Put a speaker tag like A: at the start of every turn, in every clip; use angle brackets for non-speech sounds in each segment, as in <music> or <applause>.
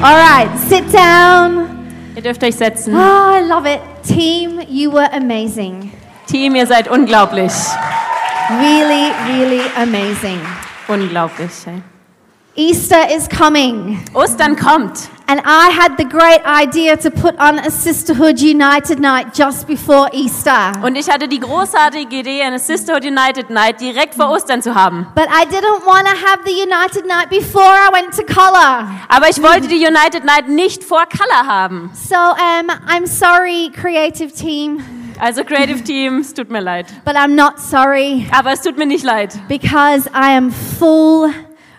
A: right, sit down.
B: Ihr dürft euch setzen.
A: Ah, I love it. Team, you were amazing.
B: Team, ihr seid unglaublich.
A: Really, really amazing.
B: Unglaublich. Ey.
A: Easter is coming,
B: Ostern kommt.
A: and I had the great idea to put on a Sisterhood United night just before Easter.
B: Und ich hatte die großartige Idee, eine Sisterhood United Night direkt vor Ostern zu haben.
A: But I didn't want to have the United night before I went to color.
B: Aber ich wollte die United Night nicht vor Color haben.
A: So um, I'm sorry, creative team,
B: Also Creative Team, es tut mir leid.
A: but I'm not sorry
B: Aber es tut mir nicht leid,
A: because I am full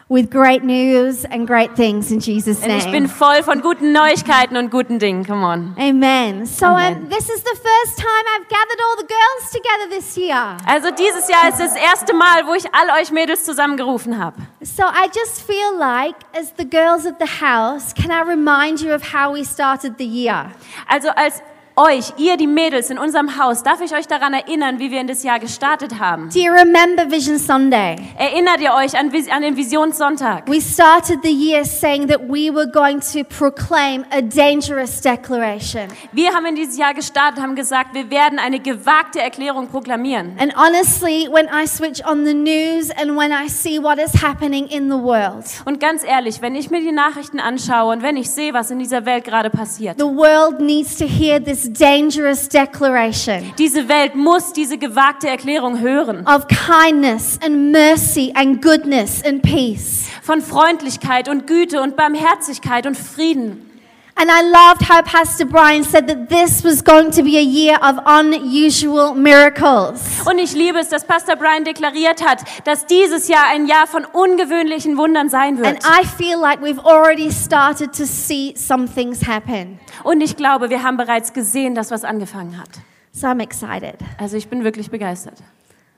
A: with great news and great things in Jesus'
B: denn ich bin
A: name.
B: voll von guten Neuigkeiten und guten Dingen. Come on.
A: Amen. So
B: Amen.
A: Um, this is the first time I've gathered all the girls together this year.
B: Also dieses Jahr ist das erste Mal, wo ich all euch Mädels zusammengerufen habe.
A: So I just feel like, as the girls of the house, can I remind you of how we started the year?
B: Also als euch, ihr die Mädels in unserem Haus, darf ich euch daran erinnern, wie wir in das Jahr gestartet haben.
A: Do you remember Vision Sunday?
B: Erinnert ihr euch an, Vis- an den Visionssonntag?
A: We started the year saying that we were going to proclaim a dangerous declaration.
B: Wir haben in dieses Jahr gestartet, haben gesagt, wir werden eine gewagte Erklärung proklamieren.
A: And honestly, when I switch on the news and when I see what is happening in the world,
B: Und ganz ehrlich, wenn ich mir die Nachrichten anschaue und wenn ich sehe, was in dieser Welt gerade passiert,
A: the world needs to hear this dangerous declaration
B: diese Welt muss diese gewagte Erklärung hören.
A: of kindness and mercy and goodness and peace.
B: Von Freundlichkeit und Güte und Barmherzigkeit und Frieden.
A: And I loved how Pastor Brian said that this was going to be a year of unusual miracles.
B: Und ich liebe es, dass Pastor Brian deklariert hat, dass dieses Jahr ein Jahr von ungewöhnlichen Wundern sein
A: And
B: wird.
A: I feel like we've already started to see some things happen.
B: Und ich glaube, wir haben bereits gesehen, dass was angefangen hat.
A: So I'm excited.
B: Also ich bin wirklich begeistert.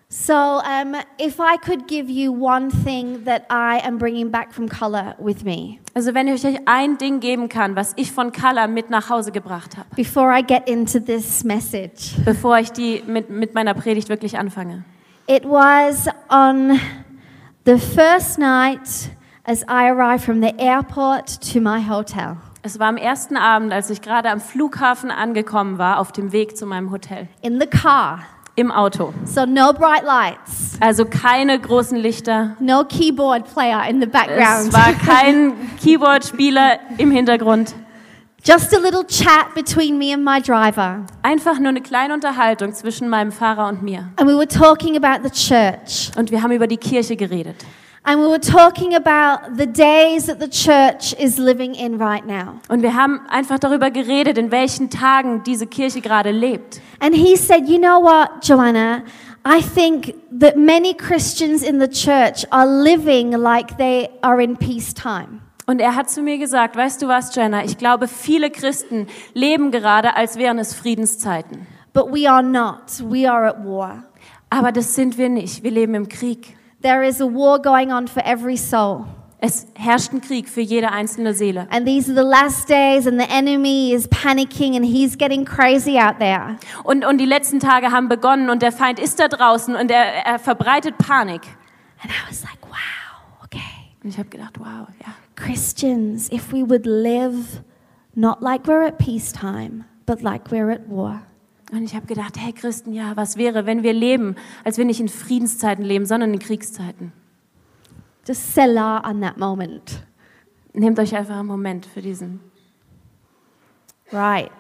A: So, um, if I could give you one thing that I am bringing back from color with me
B: Also wenn ich euch ein Ding geben kann, was ich von Color mit nach Hause gebracht habe,
A: before I get into this message,
B: bevor ich die mit, mit meiner Predigt wirklich anfange.
A: it was on the first night as I arrived from the airport to my hotel.
B: Es war am ersten Abend, als ich gerade am Flughafen angekommen war, auf dem Weg zu meinem Hotel.
A: In the car.
B: Im Auto.
A: So, no bright lights,
B: Also keine großen Lichter.
A: no keyboard player in the background.
B: Es war kein Keyboard-Spieler im Hintergrund.
A: <laughs> Just a little chat between me and my driver.
B: Einfach nur eine kleine Unterhaltung zwischen meinem Fahrer und mir.
A: And we were talking about the church.
B: Und wir haben über die Kirche geredet.
A: And we were talking about the days that the church is living in right now.
B: Und wir haben einfach darüber geredet, in welchen Tagen diese Kirche gerade lebt.
A: And he said, You know what, Joanna? I think that many Christians in the church are living like they are in peacetime.
B: Und er hat zu mir gesagt, weißt du was, Jenna, ich glaube, viele Christen leben gerade, als wären es Friedenszeiten.
A: But we are not. We are at war.
B: Aber das sind wir nicht. Wir leben im Krieg.
A: There is a war going on for every soul.
B: Es herrscht ein Krieg für jede einzelne Seele.
A: And these are the last days, and the enemy is panicking and he's getting crazy out there.
B: Und, und die letzten Tage haben begonnen und der Feind ist da draußen und er, er verbreitet Panik.
A: And I was like, Wow, okay.
B: Und ich habe gedacht, wow, ja.
A: Christians, if we would live not like we're at peacetime, but like we're at war.
B: Und ich habe gedacht, hey Christen, ja, was wäre, wenn wir leben, als wir nicht in Friedenszeiten leben, sondern in Kriegszeiten.
A: Just Selah on that moment.
B: Nehmt euch einfach einen Moment für diesen
A: Right.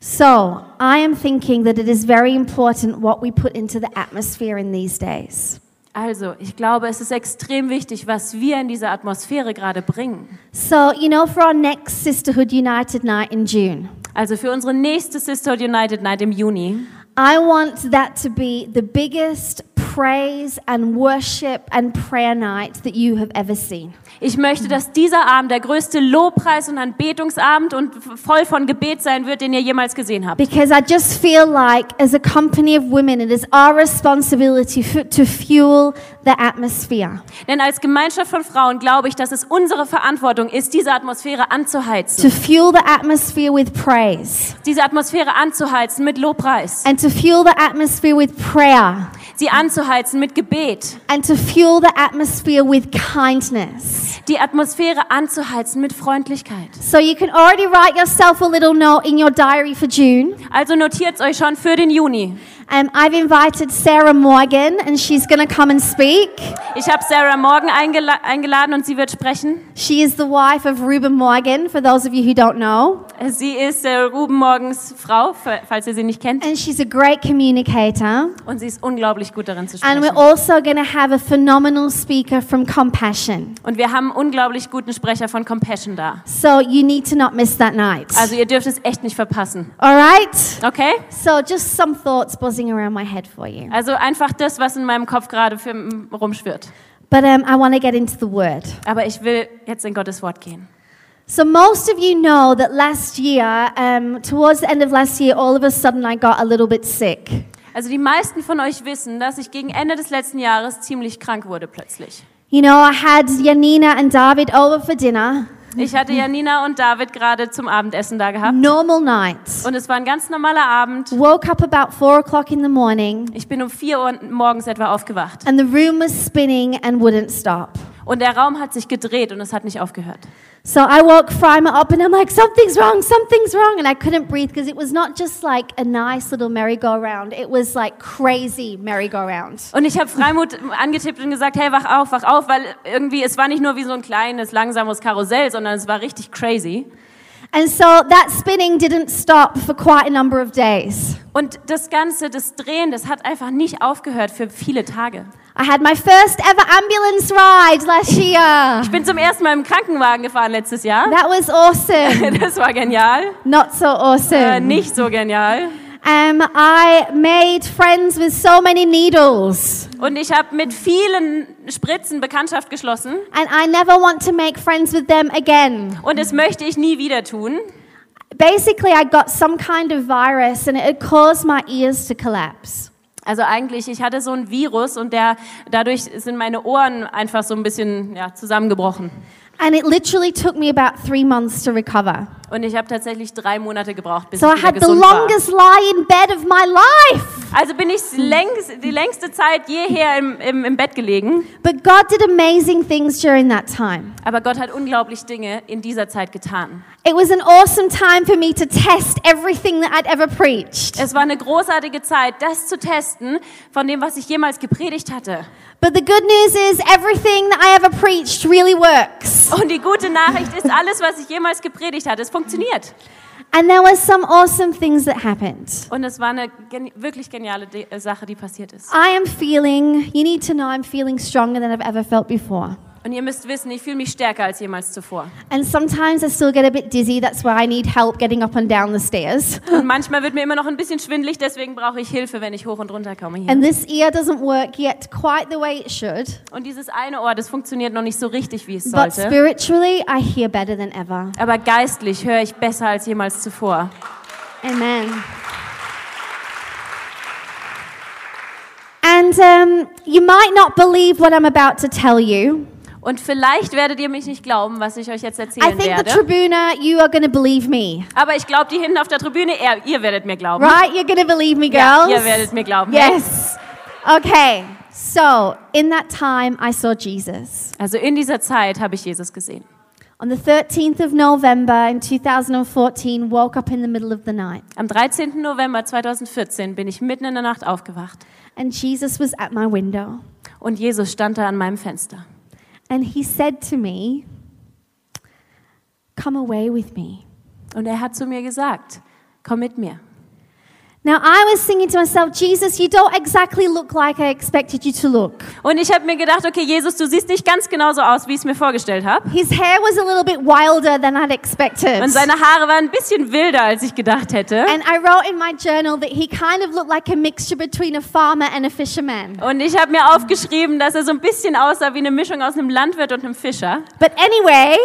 A: So, I am thinking that it is very important what we put into the atmosphere in these days.
B: Also, ich glaube, es ist extrem wichtig, was wir in diese Atmosphäre gerade bringen.
A: So, you know, for our next Sisterhood United night in June,
B: Also für unsere nächste Sisterhood United Night im Juni
A: I want that to be the biggest praise and worship and prayer night that you have ever seen.
B: Ich möchte, dass dieser Abend der größte Lobpreis und Anbetungsabend und f- voll von Gebet sein wird, den ihr jemals gesehen habt.
A: Because I just feel like, as a company of women, it is our responsibility f- to fuel the atmosphere,
B: Denn als Gemeinschaft von Frauen glaube ich, dass es unsere Verantwortung ist, diese Atmosphäre anzuheizen.
A: to fuel the atmosphere with praise,
B: Diese Atmosphäre anzuheizen mit Lobpreis.
A: and to fuel the atmosphere with prayer,
B: sie anzuheizen mit Gebet,
A: and to fuel the atmosphere with kindness.
B: die Atmosphäre anzuheizen mit Freundlichkeit.
A: So you can already write yourself a little note in your diary for June.
B: Also notiert's euch schon für den Juni.
A: Um, I've invited Sarah Morgan, and she's going to come and speak.
B: Ich habe Sarah Morgan eingela eingeladen und sie wird sprechen.
A: She is the wife of Ruben Morgan, for those of you who don't know.
B: Sie ist äh, Ruben Morgens Frau, fa- falls ihr sie nicht kennt.
A: And she's a great communicator.
B: Und sie ist unglaublich gut darin zu
A: And we're
B: sprechen.
A: also going to have a phenomenal speaker from Compassion.
B: Und wir haben einen unglaublich guten Sprecher von Compassion da.
A: So you need to not miss that night.
B: Also ihr dürft es echt nicht verpassen.
A: All right?
B: Okay?
A: So just some thoughts buzzing around my head for you.
B: Also einfach das, was in meinem Kopf gerade für, rumschwirrt.
A: But um, I want to get into the word.
B: Aber ich will jetzt in Gottes Wort gehen.
A: So most of you know that last year, um, towards the end of last year, all of a sudden I got a little bit sick.
B: Also die meisten von euch wissen, dass ich gegen Ende des letzten Jahres ziemlich krank wurde plötzlich.
A: You know, I had Janina and David over for dinner,
B: Ich hatte Janina und David gerade zum Abendessen da gehabt.
A: normal night.
B: Und es war ein ganz normaler Abend.
A: Woke up about four o'clock in the morning,
B: Ich bin um 4 Uhr morgens etwa aufgewacht.
A: and the room was spinning and wouldn't stop.
B: Und der Raum hat sich gedreht und es hat nicht aufgehört.
A: So I woke Frimer up and I'm like, something's wrong, something's wrong. And I couldn't breathe because it was not just like a nice little merry-go-round, it was like crazy merry-go-round.
B: Und ich habe Freimut angetippt und gesagt, hey, wach auf, wach auf, weil irgendwie, es war nicht nur wie so ein kleines, langsames Karussell, sondern es war richtig crazy.
A: And so that spinning didn't stop for quite a number of days.
B: Und das Ganze, das Drehen, das hat einfach nicht aufgehört für viele Tage.
A: I had my first ever ambulance ride last year.
B: Ich bin zum ersten Mal im Krankenwagen gefahren letztes Jahr. <laughs>
A: That was awesome.
B: Das war genial.
A: Not so
B: Äh,
A: awesome. Um,
B: nicht so genial.
A: I made friends with so many needles.
B: Und ich habe mit vielen Spritzen Bekanntschaft geschlossen.
A: And I never want to make friends with them again.
B: Und das möchte ich nie wieder tun.
A: Basically, I got some kind of virus and it had caused my ears to collapse.
B: Also eigentlich, ich hatte so ein Virus und der, dadurch sind meine Ohren einfach so ein bisschen ja, zusammengebrochen.
A: And it literally took me about three months to recover.
B: Und ich habe tatsächlich drei Monate gebraucht, bis
A: So I
B: ich wieder
A: had the
B: gesund war.
A: longest lie in bed of my life.
B: Also bin ich längst, die längste Zeit jeher im, im, im Bett gelegen.
A: But God did amazing things during that time.
B: Aber Gott hat unglaublich Dinge in dieser Zeit getan.
A: It was an awesome time for me to test everything that I'd ever preached.
B: Es war eine großartige Zeit, das zu testen von dem, was ich jemals gepredigt hatte.
A: But the good news is, everything that I ever preached really works.
B: Und die gute Nachricht ist, alles, was ich jemals gepredigt hatte, es funktioniert.
A: And there were some awesome things that happened.
B: Und es war eine gen wirklich geniale De äh, Sache, die passiert ist.
A: I am feeling, you need to know I'm feeling stronger than I've ever felt before.
B: Und ihr müsst wissen, ich fühle mich stärker als jemals zuvor.
A: And sometimes I still get a bit dizzy. That's why I need help getting up and down the stairs.
B: Und manchmal wird mir immer noch ein bisschen schwindelig, deswegen brauche ich Hilfe, wenn ich hoch und runter komme hier.
A: And this ear doesn't work yet quite the way it should.
B: Und dieses eine Ohr, das funktioniert noch nicht so richtig, wie es
A: But
B: sollte.
A: spiritually, I hear better than ever.
B: Aber geistlich höre ich besser als jemals zuvor.
A: Amen. And um, you might not believe what I'm about to tell you.
B: Und vielleicht werdet ihr mich nicht glauben, was ich euch jetzt
A: I
B: erzählen
A: think the
B: werde.
A: Tribuna, you are going to believe me.
B: Aber ich glaube, die hinten auf der Tribüne, ihr, ihr werdet mir glauben.
A: Right? You're going to believe me,
B: Ja,
A: girls?
B: ihr werdet mir
A: <laughs>
B: glauben.
A: Yes. Okay. So, in that time, I saw Jesus.
B: Also in dieser Zeit habe ich Jesus gesehen.
A: On the 13th of November in 2014, woke up in the middle of the night,
B: Am 13. November 2014 bin ich mitten in der Nacht aufgewacht.
A: and Jesus was at my window.
B: Und Jesus stand da an meinem Fenster.
A: And he said to me, Come away with me.
B: Und er hat zu mir gesagt, komm mit mir.
A: Now, I was thinking to myself, Jesus, you don't exactly look like I expected you to look.
B: Und ich habe mir gedacht, okay, Jesus, du siehst nicht ganz genauso aus, wie ich es mir vorgestellt habe.
A: His hair was a little bit wilder than I'd expected.
B: Und seine Haare waren ein bisschen wilder, als ich gedacht hätte.
A: And I wrote in my journal that he kind of looked like a mixture between a farmer and a fisherman.
B: Und ich habe mir aufgeschrieben, dass er so ein bisschen aussah wie eine Mischung aus einem Landwirt und einem Fischer.
A: But anyway,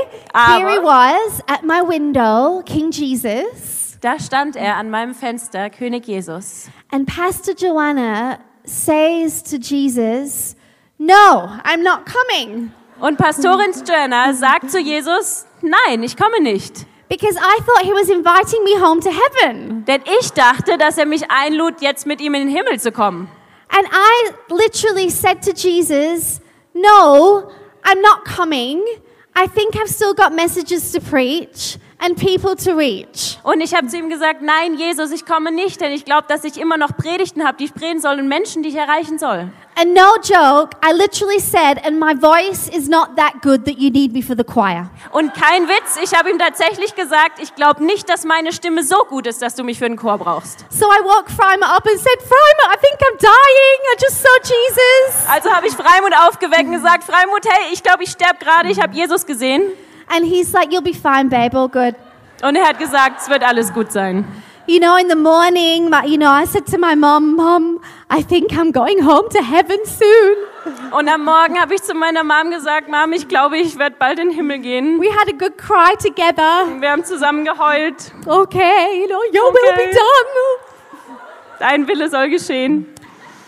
A: here he
B: Aber-
A: was at my window, King Jesus.
B: Da stand er an meinem Fenster, König Jesus.
A: And Pastor Joanna says to Jesus, No, I'm not coming.
B: Und Pastorin Stirner sagt zu Jesus, nein, ich komme nicht.
A: Because I thought he was inviting me home to heaven.
B: Denn ich dachte, dass er mich einlud, jetzt mit ihm in den Himmel zu kommen.
A: And I literally said to Jesus, No, I'm not coming. I think I've still got messages to preach and people to reach.
B: Und ich habe zu ihm gesagt, nein, Jesus, ich komme nicht, denn ich glaube, dass ich immer noch Predigten habe, die ich predigen soll und Menschen, die ich erreichen soll.
A: And no joke, I literally said, And my voice is not that good that you need me for the choir.
B: Und kein Witz, ich habe ihm tatsächlich gesagt, ich glaube nicht, dass meine Stimme so gut ist, dass du mich für den Chor brauchst.
A: So I woke Frymer up and said, Frymer, I think I'm dying. I just saw Jesus.
B: Also habe ich Freimut aufgeweckt und gesagt, Freimut, hey, ich glaube, ich sterbe gerade, ich habe Jesus gesehen.
A: And he's like, You'll be fine, babe, all good.
B: Und er hat gesagt, es wird alles gut sein.
A: You know, in the morning, my, you know, I said to my mom, Mom, I think I'm going home to heaven soon.
B: Und am Morgen habe ich zu meiner Mom gesagt, Mom, ich glaube, ich werde bald in den Himmel gehen.
A: We had a good cry together.
B: Wir haben zusammen geheult.
A: Okay, you know, your will
B: Okay.
A: be done.
B: Dein Wille soll geschehen.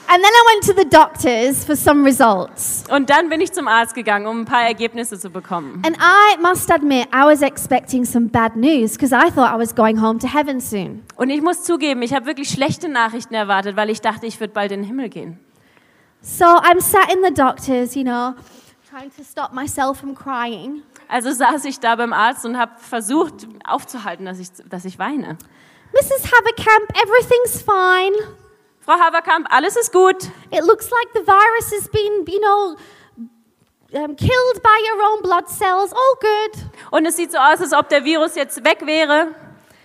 A: And then I went to the doctors for some results.
B: Und dann bin ich zum Arzt gegangen, um ein paar Ergebnisse zu bekommen.
A: And I must admit, I was expecting some bad news because I thought I was going home to heaven soon.
B: Und ich muss zugeben, ich habe wirklich schlechte Nachrichten erwartet, weil ich dachte, ich würde bald in den Himmel gehen.
A: So I'm sat in the doctors, you know, trying to stop myself from crying.
B: Also saß ich da beim Arzt und habe versucht aufzuhalten, dass ich, dass ich weine.
A: Mrs. Haverkamp, everything's fine.
B: Frau Haverkamp, alles ist gut.
A: It looks like the virus has been, you know, um, killed by your own blood cells. All good.
B: Und es sieht so aus, als ob der Virus jetzt weg wäre.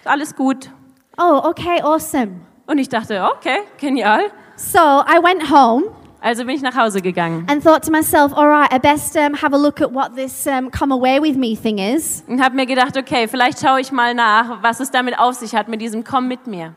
B: Alles gut.
A: Oh, okay, awesome.
B: Und ich dachte, okay, genial.
A: So I went home
B: Also bin ich nach Hause gegangen
A: and thought to myself, all right, I best um, have a look at what this um, come away with me thing is.
B: und habe mir gedacht, okay, vielleicht schaue ich mal nach, was es damit auf sich hat mit diesem Komm mit mir.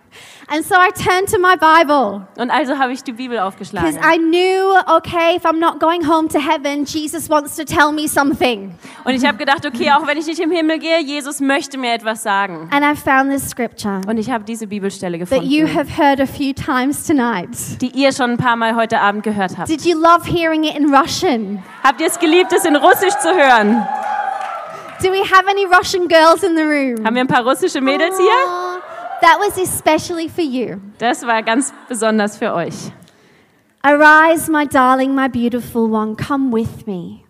A: And so I turned to my Bible
B: Und also habe ich die Bibel
A: because
B: aufgeschlagen.
A: I knew, okay, if I'm not going home to heaven, Jesus wants to tell me something.
B: Und ich habe gedacht, okay, auch wenn ich nicht im Himmel gehe, Jesus möchte mir etwas sagen.
A: And I found this scripture
B: Und ich habe diese Bibelstelle
A: that you
B: gefunden,
A: have heard a few times tonight.
B: die ihr schon ein paar Mal heute Abend gehört habt.
A: Did you love hearing it in Russian?
B: Habt ihr es geliebt, es in Russisch zu hören?
A: Do we have any Russian girls in the room?
B: Haben wir ein paar russische Mädels hier?
A: Aw, That was especially for you.
B: Das war ganz besonders für euch.
A: Arise, my darling, my beautiful one, come with me.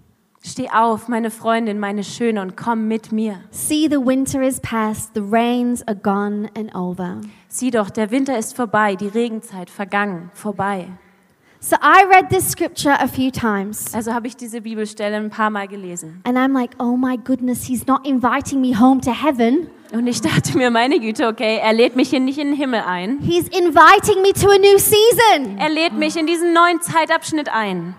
B: Steh auf, meine Freundin, meine Schöne, und komm mit mir.
A: See, the winter is past, the rains are gone and over.
B: Sieh doch, der Winter ist vorbei, die Regenzeit vergangen, vorbei.
A: So I read this scripture a few times.
B: Also habe ich diese Bibelstelle ein paar Mal gelesen.
A: And I'm like, oh my goodness, he's not inviting me home to heaven.
B: Und ich dachte mir, meine Güte, okay, er lädt mich hier nicht in den Himmel ein.
A: He's inviting me to a new season.
B: Er lädt mich in diesen neuen Zeitabschnitt ein.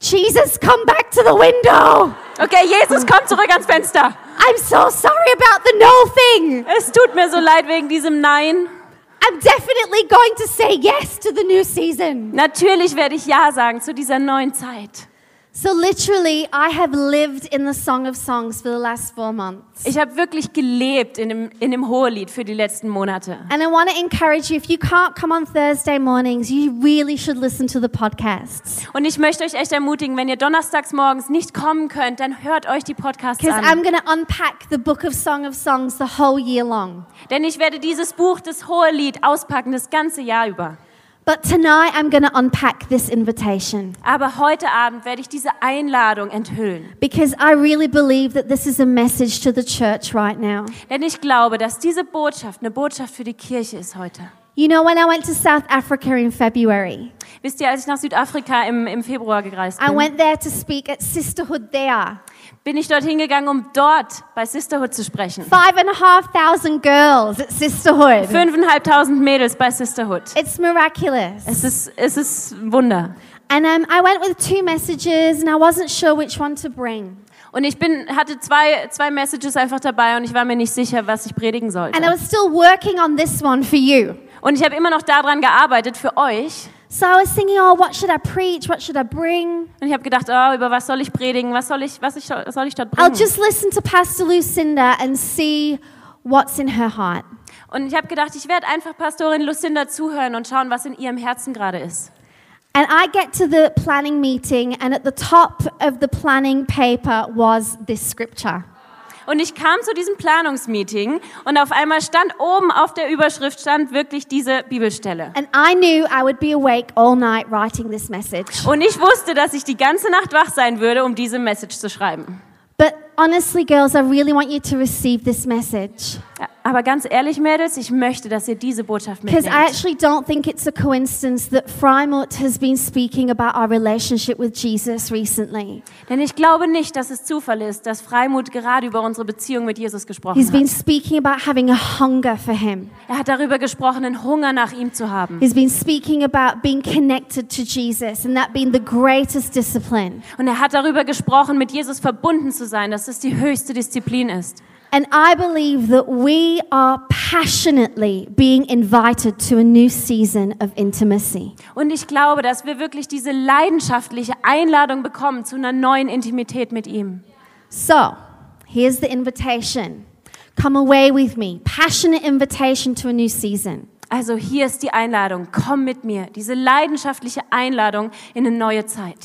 A: Jesus, come back to the window.
B: Okay, Jesus, komm zurück ans Fenster.
A: I'm so sorry about the no thing.
B: Es tut mir so leid wegen diesem Nein.
A: I'm definitely going to say yes to the new season.
B: Natürlich werde ich Ja sagen zu dieser neuen Zeit.
A: So literally, I have lived in the Song of Songs for the last four months.
B: Ich habe wirklich gelebt in dem, in dem Hohelied für die letzten Monate.
A: And I want to encourage you, if you can't come on Thursday mornings, you really should listen to the podcasts.
B: Und ich möchte euch echt ermutigen, wenn ihr donnerstags morgens nicht kommen könnt, dann hört euch die Podcasts
A: Because
B: an.
A: I'm going to unpack the book of Song of Songs the whole year long.
B: Denn ich werde dieses Buch, das Hohelied, auspacken, das ganze Jahr über.
A: But tonight, I'm going to unpack this invitation.
B: Aber heute Abend werde ich diese Einladung enthüllen.
A: Because I really believe that this is a message to the church right now.
B: Denn ich glaube, dass diese Botschaft eine Botschaft für die Kirche ist heute.
A: You know, when I went to South Africa in February,
B: Wisst ihr, als ich nach Südafrika im, im Februar gereist
A: I
B: bin,
A: went there to speak at Sisterhood there.
B: bin ich dorthin gegangen, um dort bei Sisterhood zu sprechen.
A: Five and a half thousand girls at Sisterhood.
B: Fünfeinhalbtausend Mädels bei Sisterhood.
A: It's miraculous.
B: Es ist, es ist ein Wunder.
A: And um, I went with two messages and I wasn't sure which one to bring.
B: Und ich bin, hatte zwei, zwei Messages einfach dabei und ich war mir nicht sicher, was ich predigen
A: And I
B: sollte.
A: was still working on this one for you.
B: Und ich habe immer noch daran gearbeitet für euch.
A: So I was thinking, oh, what should I preach? What should I bring?
B: Und ich habe gedacht, oh, über was soll ich predigen? Was soll ich, was ich, was soll ich dort
A: I'll
B: bringen?
A: just listen to Pastor Lucinda and see what's in her heart.
B: Und ich habe gedacht, ich werde einfach Pastorin Lucinda zuhören und schauen, was in ihrem Herzen gerade ist.
A: And I get to the planning meeting, and at the top of the planning paper was this scripture.
B: Und ich kam zu diesem Planungsmeeting und auf einmal stand oben auf der Überschrift stand wirklich diese Bibelstelle.
A: And I knew I would be awake all night writing this message.
B: Und ich wusste, dass ich die ganze Nacht wach sein würde, um diese Message zu schreiben.
A: But honestly, girls, I really want you to receive this message
B: Ja, Aber ganz ehrlich, Mädels, ich möchte, dass ihr diese Botschaft
A: because I
B: mitnehmt.
A: actually don't think it's a coincidence that Frymount has been speaking about our relationship with Jesus recently.
B: Denn ich glaube nicht, dass es Zufall ist, dass Freimut gerade über unsere Beziehung mit Jesus gesprochen
A: He's been
B: hat.
A: speaking about having a hunger for Him.
B: Er hat darüber gesprochen, einen Hunger nach ihm zu haben.
A: He's been speaking about being connected to Jesus and that being the greatest discipline.
B: Und er hat darüber gesprochen, mit Jesus verbunden zu sein, dass es die höchste Disziplin ist.
A: And I believe that we are passionately being invited to a new season of intimacy.
B: Und ich glaube, dass wir wirklich diese leidenschaftliche Einladung bekommen zu einer neuen Intimität mit ihm.
A: So, here's the invitation. Come away with me. Passionate invitation to a new season.
B: Also hier ist die Einladung, komm mit mir, diese leidenschaftliche Einladung in eine neue Zeit.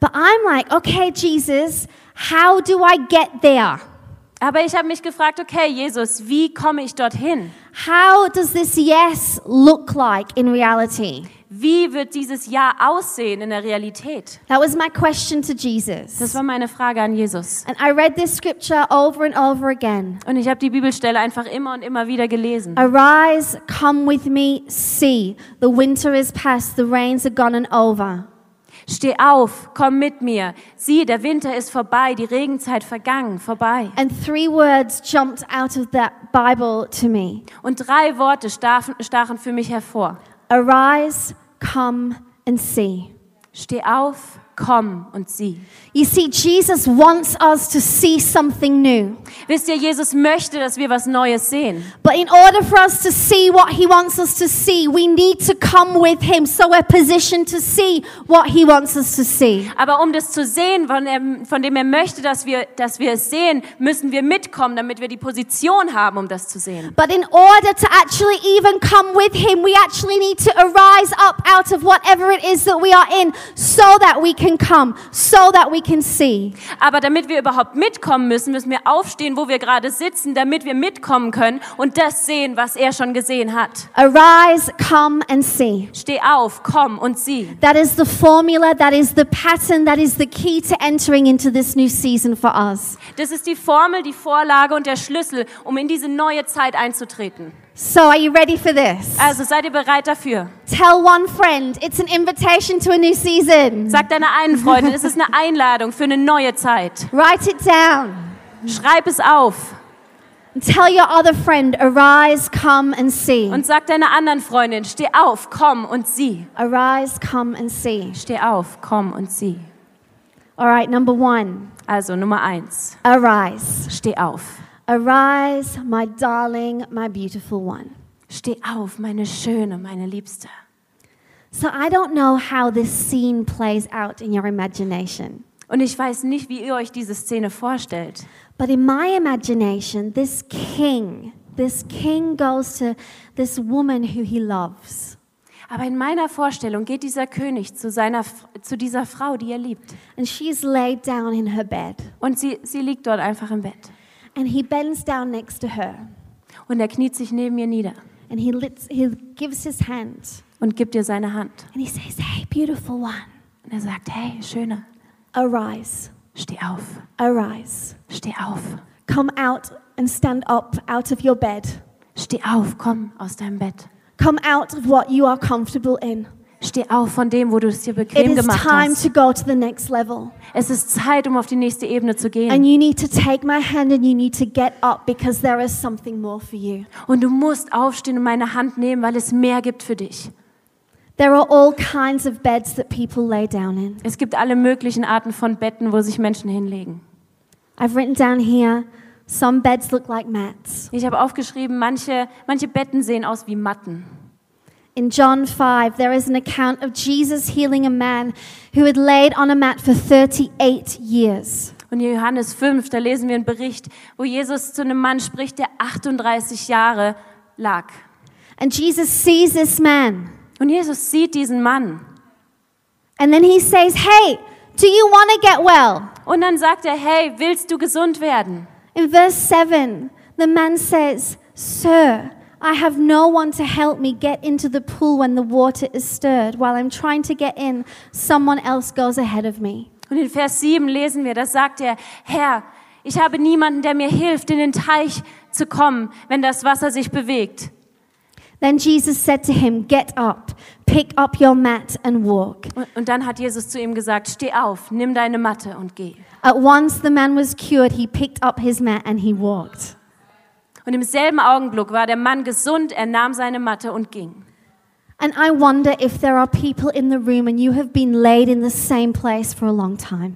A: But I'm like, okay, Jesus, how do I get there?
B: Aber ich habe mich gefragt, okay, Jesus, wie komme ich dorthin?
A: How does this yes look like in reality?
B: Wie wird dieses Jahr aussehen in der Realität?
A: That was my question to
B: Das
A: Jesus.
B: war meine Frage an Jesus.
A: And I read this scripture over and over again.
B: Und ich habe die Bibelstelle einfach immer und immer wieder gelesen.
A: Arise, come with me, see. The winter is past, the rains are gone and over.
B: Steh auf, komm mit mir. Sieh, der Winter ist vorbei, die Regenzeit vergangen, vorbei.
A: And three words jumped out of that Bible to me.
B: Und drei Worte stachen, stachen für mich hervor.
A: Arise, come and see.
B: Steh auf, komm und sieh.
A: You see, Jesus wants us to see something new.
B: Wisst ihr, Jesus möchte, dass wir was Neues sehen.
A: But in order for us to see what he wants us to see, we need to come with him so we're positioned to see what he wants us to see.
B: Aber um das zu sehen, von, er, von dem er möchte, dass wir, dass wir es sehen, müssen wir mitkommen, damit wir die Position haben, um das zu sehen.
A: But in order to actually even come with him, we actually need to arise up out of whatever it is that we are in so that we can come, so that we can see.
B: Aber damit wir überhaupt mitkommen müssen, müssen wir aufstehen, wo wir gerade sitzen, damit wir mitkommen können und das sehen, was er schon gesehen hat.
A: Arise, come and see.
B: Steh auf, komm und sieh.
A: That is the formula, that is the pattern, that is the key to entering into this new season for us.
B: Das ist die Formel, die Vorlage und der Schlüssel, um in diese neue Zeit einzutreten.
A: So, are you ready for this?
B: Also seid ihr bereit dafür?
A: Tell one friend it's an invitation to a new season.
B: Sag deiner einen Freundin, es ist eine Einladung für eine neue Zeit.
A: Write it down.
B: Schreib es auf
A: Tell your other friend, arise, come and see.
B: und sag deiner anderen Freundin, steh auf, komm und sieh.
A: Arise, come and see.
B: Steh auf, komm und sieh.
A: All right, number one,
B: Also Nummer eins,
A: arise.
B: steh auf.
A: Arise, my darling, my beautiful one.
B: Steh auf, meine Schöne, meine Liebste.
A: So, I don't know how this scene plays out in your imagination.
B: Und ich weiß nicht, wie ihr euch diese Szene vorstellt.
A: But in my imagination, this king, this king goes to this woman who he loves.
B: Aber in meiner Vorstellung geht dieser König zu, seiner, zu dieser Frau, die er liebt.
A: And she's laid down in her bed.
B: Und sie, sie liegt dort einfach im Bett.
A: And he bends down next to her.
B: Und er kniet sich neben ihr nieder
A: And he, lits, he gives his hand.
B: und gibt ihr seine Hand.
A: And he says, Hey, beautiful one,
B: Und er sagt, hey, Schöne,
A: arise,
B: steh auf,
A: arise.
B: steh auf,
A: Come out and stand up out of your bed.
B: steh auf, komm aus deinem Bett.
A: Come out of what you are comfortable in.
B: Steh auf von dem, wo du es dir
A: It
B: bequem
A: is
B: gemacht
A: time
B: hast.
A: to go to the next level.
B: Es ist Zeit, um auf die nächste Ebene zu gehen.
A: And you need to take my hand and you need to get up because there is something more for you.
B: Und du musst aufstehen und meine Hand nehmen, weil es mehr gibt für dich.
A: There are all kinds of beds that people lay down in.
B: Es gibt alle möglichen Arten von Betten, wo sich Menschen hinlegen.
A: I've written down here some beds look like mats.
B: Ich habe aufgeschrieben, manche, manche Betten sehen aus wie Matten.
A: In John 5, there is an account of Jesus healing a man who had laid on a mat for 38 years.
B: Und in Johannes 5, da lesen wir einen Bericht, wo Jesus zu einem Mann spricht, der 38 Jahre lag.
A: And Jesus sees this man.
B: Und Jesus sieht diesen Mann.
A: And then he says, Hey, do you want to get well?
B: Und dann sagt er, hey, willst du gesund werden?
A: In verse 7, the man says, Sir, I have no one to help me get into the pool when the water is stirred. While I'm trying to get in, someone else goes ahead of me.
B: Und in Vers 7 lesen wir, da sagt er, Herr, ich habe niemanden, der mir hilft, in den Teich zu kommen, wenn das Wasser sich bewegt.
A: Then Jesus said to him, Get up, pick up your mat, and walk.
B: Und- Und dann hat Jesus zu ihm gesagt, steh auf, nimm deine Matte und geh.
A: At once the man was cured. He picked up his mat and he walked.
B: Und im selben Augenblick war der Mann gesund, er nahm seine Matte und ging.
A: And I wonder if there are people in the room and you have been laid in the same place for a long time.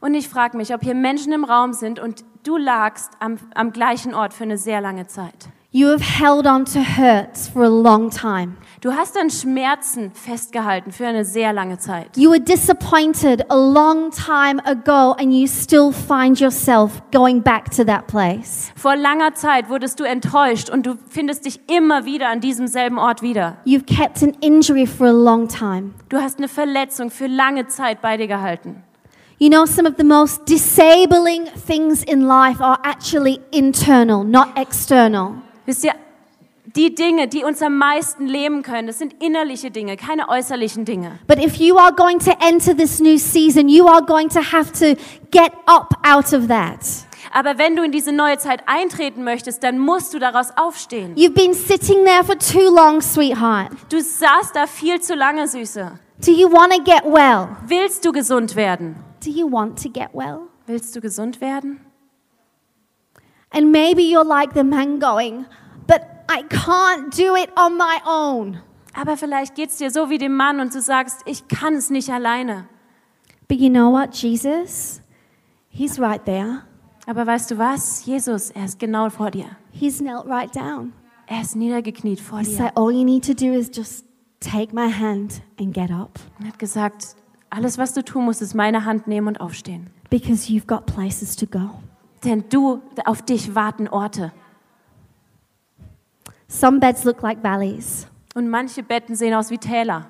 B: Und ich frage mich, ob hier Menschen im Raum sind und du lagst am, am gleichen Ort für eine sehr lange Zeit.
A: You have held on to hurts for a long time.
B: Du hast an Schmerzen festgehalten für eine sehr lange Zeit.
A: You were disappointed a long time ago and you still find yourself going back to that place.
B: Vor langer Zeit wurdest du enttäuscht und du findest dich immer wieder an diesem selben Ort wieder.
A: You've kept an injury for a long time.
B: Du hast eine Verletzung für lange Zeit bei dir gehalten.
A: You know, some of the most disabling things in life are actually internal, not external.
B: Wisst ihr, die Dinge, die uns am meisten lähmen können, das sind innerliche Dinge, keine äußerlichen Dinge.
A: But if you are going to enter this new season, you are going to have to get up out of that.
B: Aber wenn du in diese neue Zeit eintreten möchtest, dann musst du daraus aufstehen.
A: You've been sitting there for too long, sweetheart.
B: Du saßt da viel zu lange, Süße.
A: Do you want to get well?
B: Willst du gesund werden?
A: Do you want to get well?
B: Willst du gesund werden?
A: And maybe you're like the man going, but I can't do it on my own.
B: Aber vielleicht geht's dir so wie dem Mann und du sagst, ich kann es nicht alleine.
A: But you know what, Jesus? He's right there.
B: Aber weißt du was? Jesus, er ist genau vor dir.
A: He's knelt right down.
B: Er ist niedergekniet vor
A: He's
B: dir
A: like, all you need to do is just take my hand and get up
B: und hat gesagt, alles, was du tun musst, ist meine Hand nehmen und aufstehen.
A: because you've got places to go.
B: Denn du, auf dich warten Orte.
A: Some beds look like valleys.
B: Und manche Betten sehen aus wie Täler.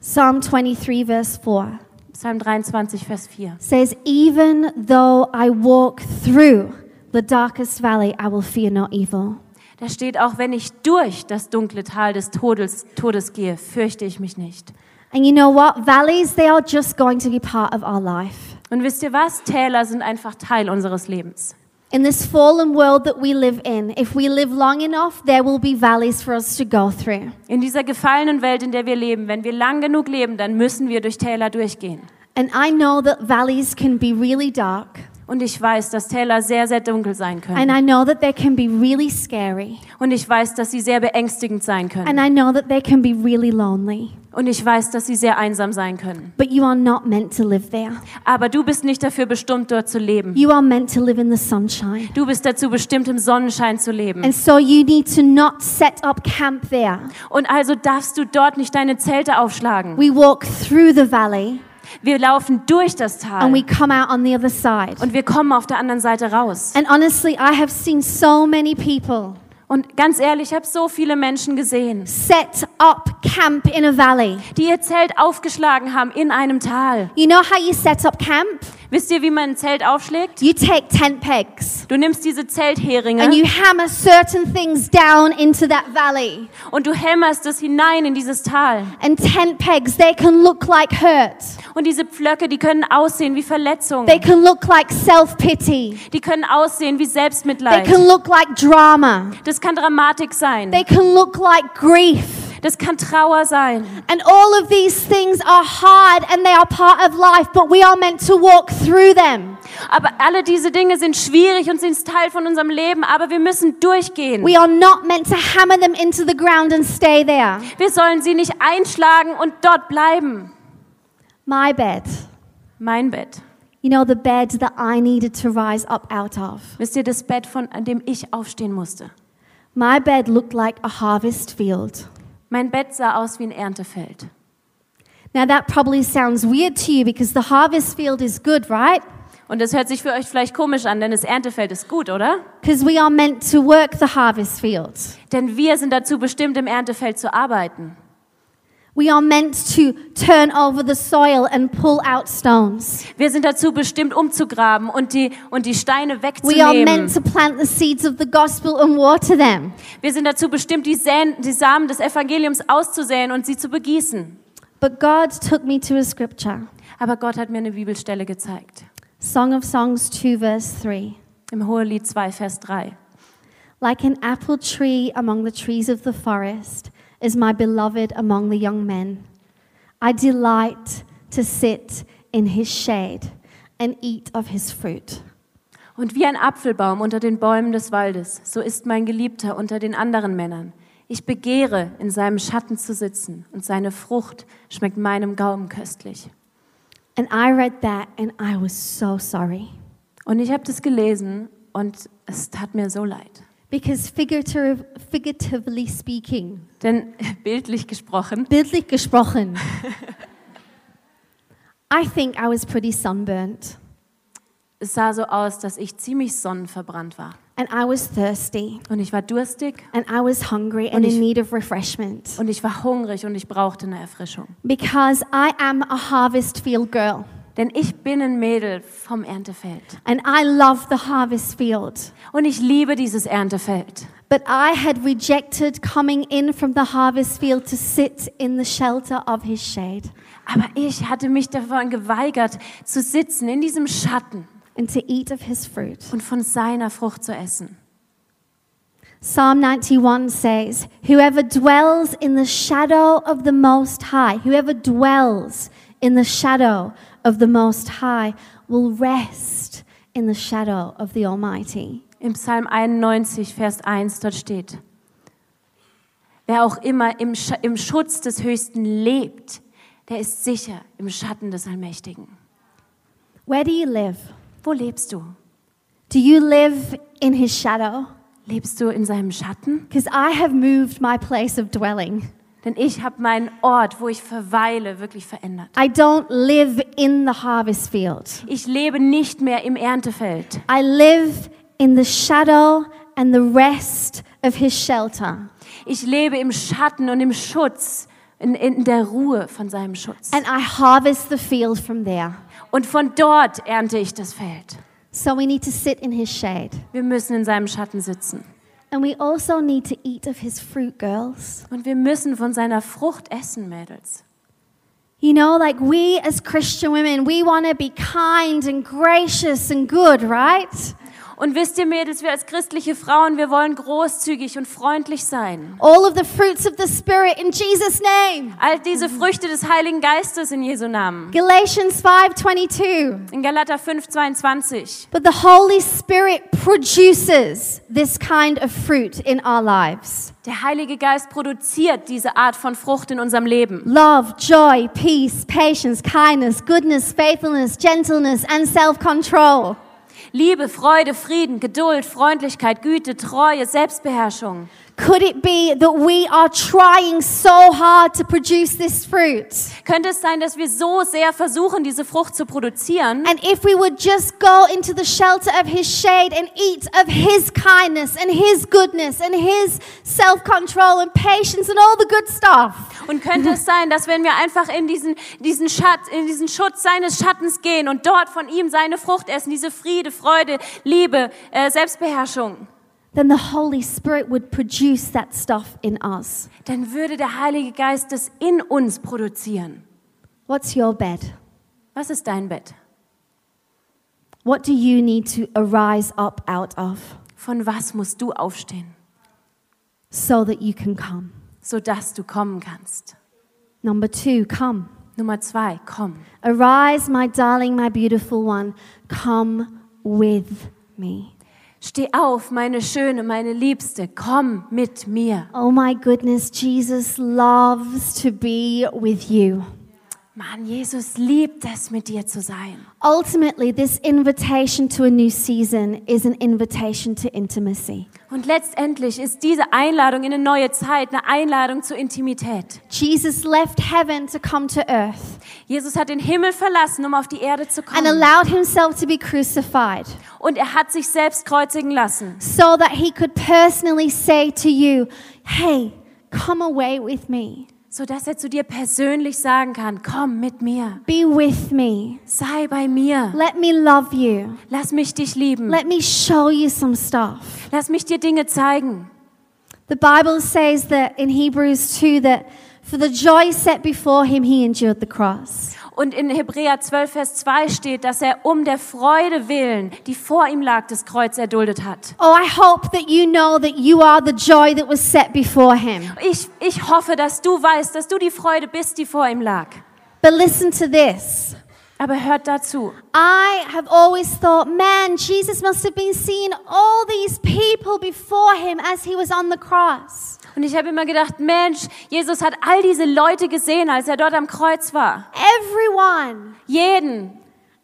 A: Psalm 23, verse 4
B: Psalm 23, Vers 4.
A: says, Even though I walk through the darkest valley, I will fear no evil.
B: Da steht auch, wenn ich durch das dunkle Tal des Todes, Todes gehe, fürchte ich mich nicht.
A: And you know what? Valleys, they are just going to be part of our life.
B: Und wisst ihr was? Täler sind einfach Teil unseres Lebens.
A: In this fallen world that we live in, if we live long enough, there will be valleys for us to go through.
B: In dieser gefallenen Welt, in der wir leben, wenn wir lang genug leben, dann müssen wir durch Täler durchgehen.
A: And I know that valleys can be really dark.
B: Und ich weiß, dass Täler sehr, sehr dunkel sein
A: And
B: können.
A: I know that they can be really scary.
B: Und ich weiß, dass sie sehr beängstigend sein können.
A: And I know that they can be really lonely.
B: Und ich weiß, dass sie sehr einsam sein können.
A: But you are not meant to live there.
B: Aber du bist nicht dafür bestimmt, dort zu leben.
A: You are meant to live in the sunshine.
B: Du bist dazu bestimmt, im Sonnenschein zu leben.
A: And so you need to not set up camp there.
B: Und also darfst du dort nicht deine Zelte aufschlagen.
A: We walk through the valley
B: Wir laufen durch das
A: and
B: Tal.
A: we come out on the other side.
B: Und wir kommen auf der anderen Seite raus.
A: And honestly, I have seen so many people
B: Und ganz ehrlich, ich habe so viele Menschen gesehen,
A: set up camp in a valley.
B: die ihr Zelt aufgeschlagen haben in einem Tal.
A: You know how you set up camp?
B: Wisst ihr, wie man ein Zelt aufschlägt?
A: You take tent pegs
B: Du nimmst diese
A: and
B: Zeltheringe
A: you hammer certain things down into that valley.
B: und du hämmerst es hinein in dieses Tal.
A: and tent pegs. They can look like hurt.
B: Und diese Pflöcke, die können aussehen wie Verletzungen.
A: They can look like self pity.
B: Die können aussehen wie
A: They
B: Selbstmitleid.
A: can look like drama.
B: Das kann Dramatik sein.
A: They can look like grief.
B: Das kann Trauer sein.
A: And all of these things are hard and they are part of life, but we are meant to walk through them.
B: Aber alle diese Dinge sind schwierig und sind Teil von unserem Leben, aber wir müssen durchgehen.
A: We are not meant to hammer them into the ground and stay there.
B: Wir sollen sie nicht einschlagen und dort bleiben.
A: My bed.
B: Mein Bett.
A: You know, the bed that I needed to rise up out of.
B: Wisst ihr, das Bett, von an dem ich aufstehen musste.
A: My bed looked like a harvest field.
B: Mein Bett sah aus wie ein Erntefeld.
A: Now, that probably sounds weird to you because the harvest field is good, right?
B: Und das hört sich für euch vielleicht komisch an, denn das Erntefeld ist gut, oder?
A: Because we are meant to work the harvest field.
B: Denn wir sind dazu bestimmt, im Erntefeld zu arbeiten.
A: We are meant to turn over the soil and pull out stones.
B: Wir sind dazu bestimmt, umzugraben und die, und die Steine
A: We are meant
B: wegzunehmen.
A: to plant the seeds of the gospel and water them.
B: Wir sind dazu bestimmt, die, Säen, die Samen des Evangeliums auszusäen und sie zu begießen.
A: But God took me to a scripture
B: Aber Gott hat mir eine Bibelstelle gezeigt.
A: Song of Songs 2, verse 3.
B: Im Hohelied 2, Vers 3.
A: Like an apple tree among the trees of the forest is my beloved among the young men. I delight to sit in his shade and eat of his fruit.
B: Und wie ein Apfelbaum unter den Bäumen des Waldes, so ist mein Geliebter unter den anderen Männern. Ich begehre, in seinem Schatten zu sitzen, und seine Frucht schmeckt meinem Gaumen köstlich.
A: And I read that and I was so sorry.
B: Und ich habe das gelesen und es tat mir so leid.
A: Because figurative, figuratively speaking,
B: Denn <laughs> bildlich gesprochen,
A: bildlich gesprochen, <laughs> I think I was pretty sunburnt
B: es sah so aus, dass ich ziemlich sonnenverbrannt war.
A: and I was thirsty
B: Und ich war durstig
A: and I was hungry and
B: Und ich-
A: in need of refreshment.
B: und ich war hungrig und ich brauchte eine Erfrischung.
A: Because I am a harvest field girl
B: Denn ich bin ein Mädel vom Erntefeld.
A: and I love the harvest field.
B: Und ich liebe dieses Erntefeld.
A: But I had rejected coming in from the harvest field to sit in the shelter of his shade
B: Aber ich hatte mich davon geweigert, zu sitzen in diesem Schatten
A: and to eat of his fruit.
B: und von seiner Frucht zu essen.
A: Psalm 91 says, Whoever dwells in the shadow of the Most High, whoever dwells in the shadow of the Most High will rest in the shadow of the Almighty.
B: Im Psalm 91, Vers 1, dort steht, wer auch immer im, Sch im Schutz des Höchsten lebt, der ist sicher im Schatten des Allmächtigen.
A: Where do you live?
B: Wo lebst du?
A: Do you live in His shadow?
B: Lebst du in seinem Schatten?
A: Because I have moved my place of dwelling.
B: Denn ich habe meinen Ort, wo ich verweile, wirklich verändert.
A: I don't live in the harvest field,
B: Ich lebe nicht mehr im Erntefeld.
A: I live in the shadow and the rest of His shelter.
B: Ich lebe im Schatten und im Schutz, in, in der Ruhe von seinem Schutz.
A: And I harvest the field from there.
B: Und von dort ernte ich das Feld.
A: So we need to sit in his shade.
B: Wir müssen in seinem Schatten sitzen.
A: And we also need to eat of his fruit, girls.
B: Und wir müssen von seiner Frucht essen, Mädels.
A: You know, like we as Christian women, we want to be kind and gracious and good, right?
B: Und wisst ihr, Mädels, wir als christliche Frauen, wir wollen großzügig und freundlich sein.
A: All of the fruits of the Spirit in Jesus' name.
B: All diese Früchte des Heiligen Geistes in Jesu Namen.
A: Galatians 5:22.
B: In Galater 5, 22.
A: But the Holy Spirit produces this kind of fruit in our lives.
B: Der Heilige Geist produziert diese Art von Frucht in unserem Leben.
A: Love, joy, peace, patience, kindness, goodness, faithfulness, gentleness, and self-control.
B: Liebe, Freude, Frieden, Geduld, Freundlichkeit, Güte, Treue, Selbstbeherrschung.
A: Could it be that we are trying so hard to produce this fruit?
B: Könnte es sein, dass wir so sehr versuchen, diese Frucht zu produzieren?
A: And if we would just go into the shelter of his shade and eat of his kindness and his goodness and his self control and patience and all the good stuff,
B: Und könnte es sein, dass wenn wir einfach in diesen, diesen, Schatz, in diesen Schutz seines Schattens gehen und dort von ihm seine Frucht essen, diese Friede, Freude, Liebe, äh, Selbstbeherrschung,
A: then the Holy Spirit would produce that stuff in us.
B: dann würde der Heilige Geist das in uns produzieren.
A: What's your bed?
B: Was ist dein Bett?
A: What do you need to arise up out of
B: Von was musst du aufstehen,
A: so that you can come?
B: sodass du kommen kannst?
A: Number two, come.
B: Nummer zwei, komm.
A: Arise, my darling, my beautiful one. Come with me.
B: Steh auf, meine Schöne, meine Liebste, komm mit mir.
A: Oh my goodness, Jesus loves to be with you.
B: Mann, Jesus liebt es, mit dir zu sein.
A: Ultimately, this invitation to a new season is an invitation to intimacy.
B: Und letztendlich ist diese Einladung in eine neue Zeit eine Einladung zur Intimität.
A: Jesus left heaven to come to earth
B: Jesus hat den Himmel verlassen, um auf die Erde zu
A: and
B: kommen.
A: allowed himself to be crucified
B: Und er hat sich selbst kreuzigen lassen,
A: so that he could personally say to you, Hey, come away with me.
B: sodass er zu dir persönlich sagen kann, komm mit mir,
A: Be with me.
B: sei bei mir,
A: Let me love you.
B: lass mich dich lieben,
A: Let me show you some stuff.
B: lass mich dir Dinge zeigen.
A: The Bible says that in Hebrews 2 that for the joy set before him, he endured the cross.
B: Und in Hebräer 12, Vers 2 steht, dass er um der Freude willen, die vor ihm lag, das Kreuz erduldet hat.
A: Oh, I hope that you know that you are the joy that was set before him.
B: Ich, ich hoffe, dass du weißt, dass du die Freude bist, die vor ihm lag.
A: But listen to this.
B: Aber hört dazu.
A: I have always thought, man, Jesus must have been seeing all these people before him as he was on the cross.
B: Und ich habe immer gedacht, Mensch, Jesus hat all diese Leute gesehen, als er dort am Kreuz war.
A: Everyone.
B: Jeden.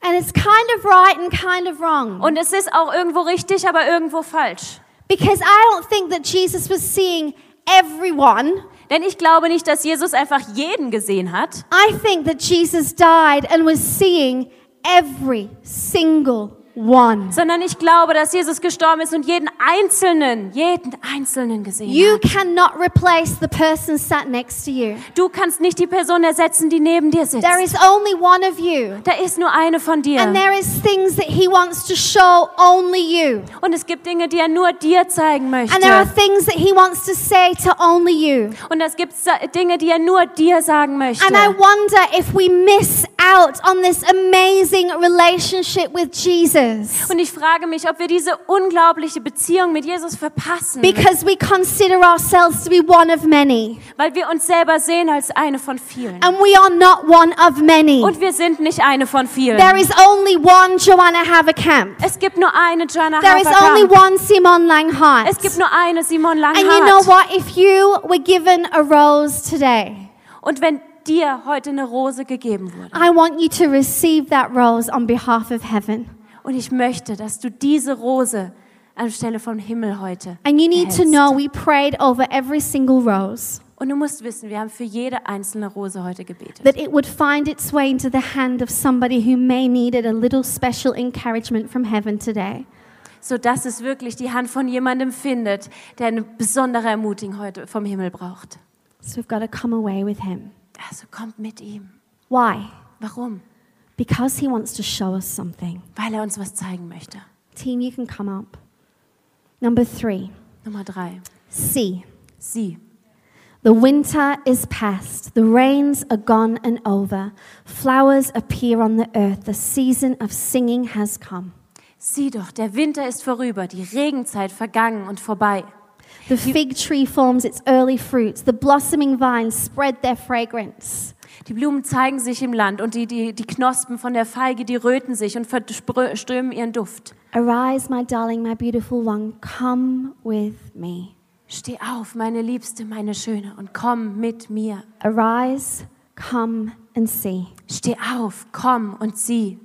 A: And it's kind of right and kind of wrong.
B: Und es ist auch irgendwo richtig, aber irgendwo falsch.
A: Because I don't think that Jesus was seeing everyone.
B: Denn ich glaube nicht, dass Jesus einfach jeden gesehen hat.
A: I think that Jesus died and was seeing every single one.
B: sondern ich glaube, dass Jesus gestorben ist und jeden Einzelnen, jeden Einzelnen gesehen
A: You
B: hat.
A: cannot replace the person sat next to you.
B: Du kannst nicht die Person ersetzen, die neben dir sitzt.
A: There is only one of you.
B: Da ist nur eine von
A: And
B: dir.
A: there is things that he wants to show only you.
B: Und es gibt Dinge, die er nur dir zeigen
A: And there are
B: möchte.
A: things that he wants to say to only you.
B: Und es gibt Sa- Dinge, die er nur dir sagen möchte.
A: And I wonder if we miss out on this amazing relationship with Jesus
B: Und ich frage mich, ob wir diese unglaubliche Beziehung mit Jesus verpassen,
A: because we consider ourselves to be one of many.
B: weil wir uns selber sehen als eine von vielen.
A: And we are not one of many.
B: Und wir sind nicht eine von vielen.
A: There is only one Joanna Haverkamp.
B: Es gibt nur eine Joanna
A: There is only
B: Haverkamp.
A: one Simon Langhart.
B: Es gibt nur eine Simon Langhart.
A: And you know what? If you were given a rose today,
B: Und wenn dir heute eine Rose gegeben wurde,
A: I want you to receive that rose on behalf of heaven.
B: und ich möchte, dass du diese Rose anstelle vom Himmel heute
A: And you need to
B: erhältst.
A: know we prayed over every single rose
B: Und du musst wissen, wir haben für jede einzelne Rose heute gebetet,
A: that it would find its way into the hand of somebody who may needed a little special encouragement from heaven today.
B: so dass es wirklich die Hand von jemandem findet, der eine besondere Ermutigung heute vom Himmel braucht.
A: So we've got to come away with him.
B: Also kommt mit ihm.
A: Why?
B: Warum?
A: Because he wants to show us something.
B: Weil er uns was zeigen möchte.
A: Team, you can come up. Number three,
B: Nummer drei.
A: C.
B: Sie.
A: The winter is past, the rains are gone and over, flowers appear on the earth, the season of singing has come.
B: Sieh doch, der Winter ist vorüber, die Regenzeit vergangen und vorbei.
A: The fig tree forms its early fruits, the blossoming vines spread their fragrance.
B: Die Blumen zeigen sich im Land und die, die, die Knospen von der Feige, die röten sich und verströmen ihren Duft.
A: Arise, my darling, my beautiful one, come with me.
B: Steh auf, meine Liebste, meine Schöne, und komm mit mir.
A: Arise, come and see.
B: Steh auf, komm und sieh.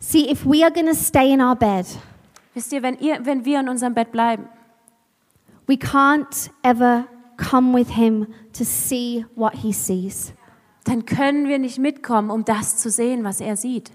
A: See, if we are going to stay in our bed,
B: Wisst ihr wenn, ihr, wenn wir in unserem Bett bleiben,
A: we can't ever come with him to see what he sees.
B: dann können wir nicht mitkommen, um das zu sehen, was er sieht.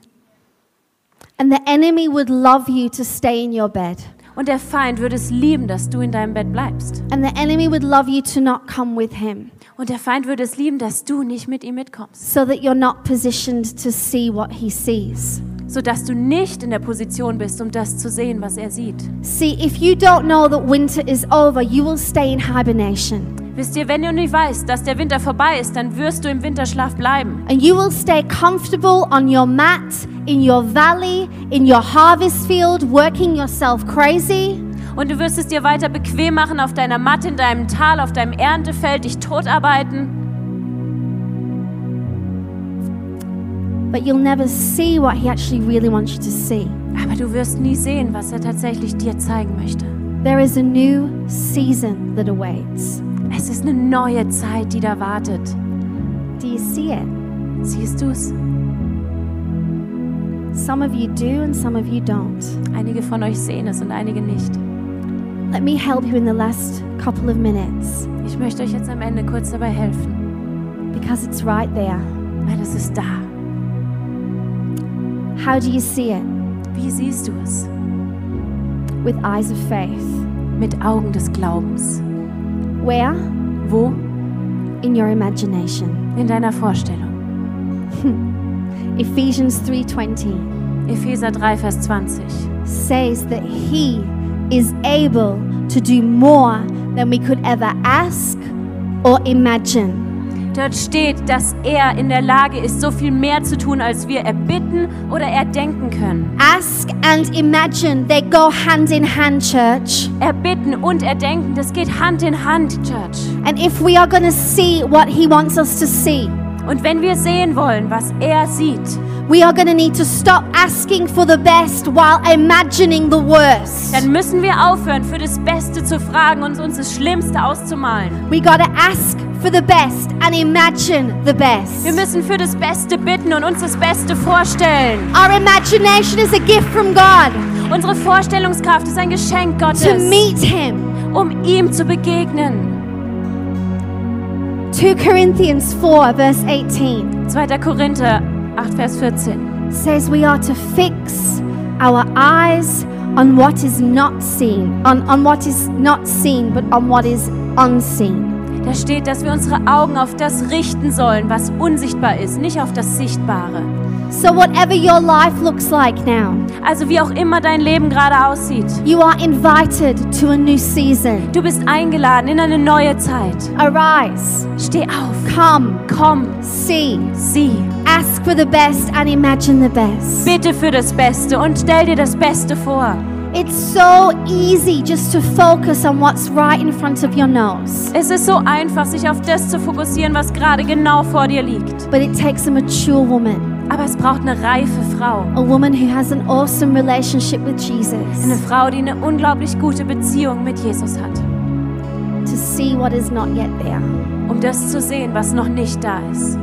A: And the enemy would love you to stay in your bed.
B: Und der Feind würde es lieben, dass du in deinem Bett bleibst.
A: And the enemy would love you to not come with him
B: Und der Feind würde es lieben, dass du nicht mit ihm mitkommst,
A: so that you're not positioned to see what he sees.
B: sodass du nicht in der Position bist, um das zu sehen, was er sieht.
A: See, if you don't know that winter is over, you will stay in hibernation
B: Wisst ihr, wenn du nicht weißt, dass der Winter vorbei ist, dann wirst du im Winterschlaf bleiben.
A: and you will stay comfortable on your mat, in your valley, in your harvest field, working yourself crazy.
B: Und du wirst es dir weiter bequem machen auf deiner Matte, in deinem Tal, auf deinem Erntefeld, dich totarbeiten.
A: But you'll never see what he actually really wants you to see.
B: Aber du wirst nie sehen, was er tatsächlich dir zeigen möchte.
A: There is a new season that awaits.
B: Es ist eine neue Zeit, die da wartet.
A: Do you see it?
B: Siehst du es?
A: Some of you do and some of you don't.
B: Einige von euch sehen es und einige nicht.
A: Let me help you in the last couple of minutes
B: Ich möchte euch jetzt am Ende kurz dabei helfen,
A: because it's right there.
B: weil es ist da.
A: How do you see it?
B: Wie siehst du es?
A: With eyes of faith.
B: Mit Augen des Glaubens.
A: Where?
B: Wo?
A: in your imagination.
B: in deiner Vorstellung.
A: Ephesians 3:20
B: Epheser 3, Vers 20
A: says that he is able to do more than we could ever ask or imagine.
B: Dort steht, dass er in der Lage ist, so viel mehr zu tun, als wir erbitten oder erdenken können.
A: Ask and imagine, they go hand in hand, church.
B: Erbitten und erdenken, das geht Hand in Hand, Church.
A: And if we are going to see what he wants us to see,
B: Und wenn wir sehen wollen, was er sieht,
A: we are going to need to stop asking for the best while imagining the worst.
B: dann müssen wir aufhören, für das Beste zu fragen und uns das Schlimmste auszumalen.
A: We got to ask for the best and imagine the best.
B: Wir müssen für das Beste bitten und uns das Beste vorstellen.
A: Our imagination is a gift from God
B: Unsere Vorstellungskraft ist ein Geschenk Gottes,
A: to meet Him.
B: um ihm zu begegnen.
A: 2 Corinthians 4, verse 18
B: 2. Korinther 8, Vers 14.
A: says, We are to fix our eyes on what is not seen, on, on what is not seen, but on what is unseen.
B: Da steht, dass wir unsere Augen auf das richten sollen, was unsichtbar ist, nicht auf das Sichtbare.
A: So, whatever your life looks like now,
B: Also wie auch immer dein Leben gerade aussieht,
A: you are invited to a new season.
B: du bist eingeladen in eine neue Zeit.
A: Arise,
B: Steh auf,
A: come,
B: komm,
A: see,
B: sieh.
A: ask for the best and imagine the best.
B: Bitte für das Beste und stell dir das Beste vor.
A: It's so easy just to focus on what's right in front of your nose,
B: Es ist so einfach, sich auf das zu fokussieren, was gerade genau vor dir liegt.
A: but it takes a mature woman,
B: Aber es braucht eine reife Frau.
A: a woman who has an awesome relationship with
B: Eine
A: Jesus,
B: Frau, die eine unglaublich gute Beziehung mit Jesus hat.
A: to see what is not yet there.
B: Um das zu sehen, was noch nicht da ist.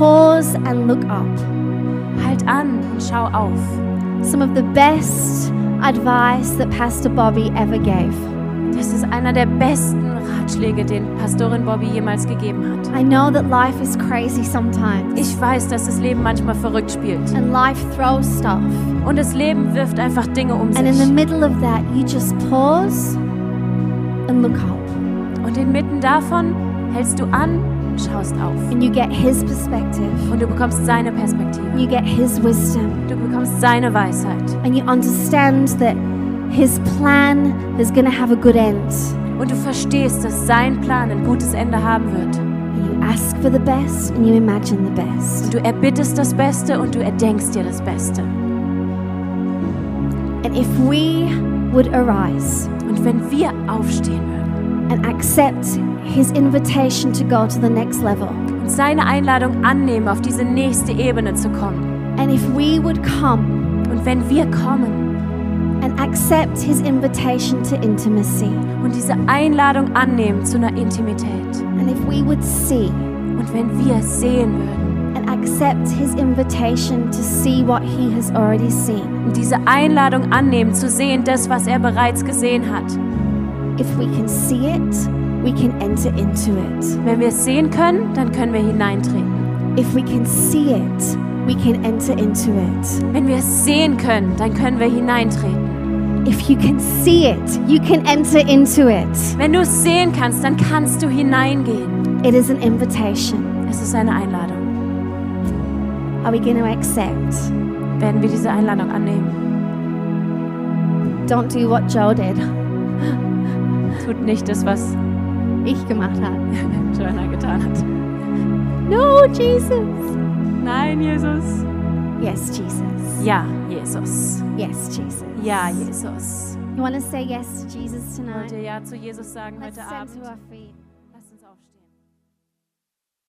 A: Pause and look up.
B: Halt an und schau auf.
A: Some of the best advice that Pastor Bobby ever gave.
B: Das ist einer der besten Ratschläge, den Pastorin Bobby jemals gegeben hat.
A: I know that life is crazy sometimes,
B: Ich weiß, dass das Leben manchmal verrückt spielt.
A: and life throws stuff.
B: Und das Leben wirft einfach Dinge um
A: And in the
B: sich.
A: middle of that, you just pause and look up,
B: Und inmitten davon hältst du an und schaust auf.
A: and you get his perspective.
B: Und du bekommst seine Perspektive.
A: You get His wisdom
B: Du bekommst seine Weisheit.
A: and you understand that His plan is going to have a good end.
B: Und du verstehst, dass sein Plan ein gutes Ende haben wird.
A: And you ask for the best and you imagine the best.
B: Du erbittest das Beste und du erdenkst dir das Beste.
A: And if we would arise
B: Und wenn wir aufstehen würden
A: and accept His invitation to go to the next level,
B: und seine Einladung annehmen, auf diese nächste Ebene zu kommen.
A: and if we would come
B: Und wenn wir kommen
A: and accept His invitation to intimacy,
B: und diese Einladung annehmen zu einer Intimität.
A: and if we would see
B: Und wenn wir sehen würden
A: and accept His invitation to see what He has already seen,
B: und diese Einladung annehmen, zu sehen, das, was er bereits gesehen hat.
A: if we can see it, we can enter into it.
B: Wenn wir es sehen können, dann können wir hineintreten.
A: If we can see it, we can enter into it.
B: Wenn wir es sehen können, dann können wir hineintreten.
A: If you can see it, you can enter into it.
B: Wenn du es sehen kannst, dann kannst du hineingehen.
A: It is an invitation.
B: Es ist eine Einladung.
A: Are we going to accept?
B: Werden wir diese Einladung annehmen?
A: Don't do what Joel did. <laughs>
B: Tut nicht das, was
A: Ich gemacht habe.
B: Joanna getan hat.
A: No, Jesus.
B: Nein, Jesus.
A: Yes, Jesus.
B: Ja, Jesus.
A: Yes, Jesus.
B: Ja, Jesus.
A: You want to say yes to Jesus
B: Wollt
A: tonight?
B: ihr Ja zu Jesus sagen
A: Let's
B: heute
A: stand
B: Abend?
A: to our feet.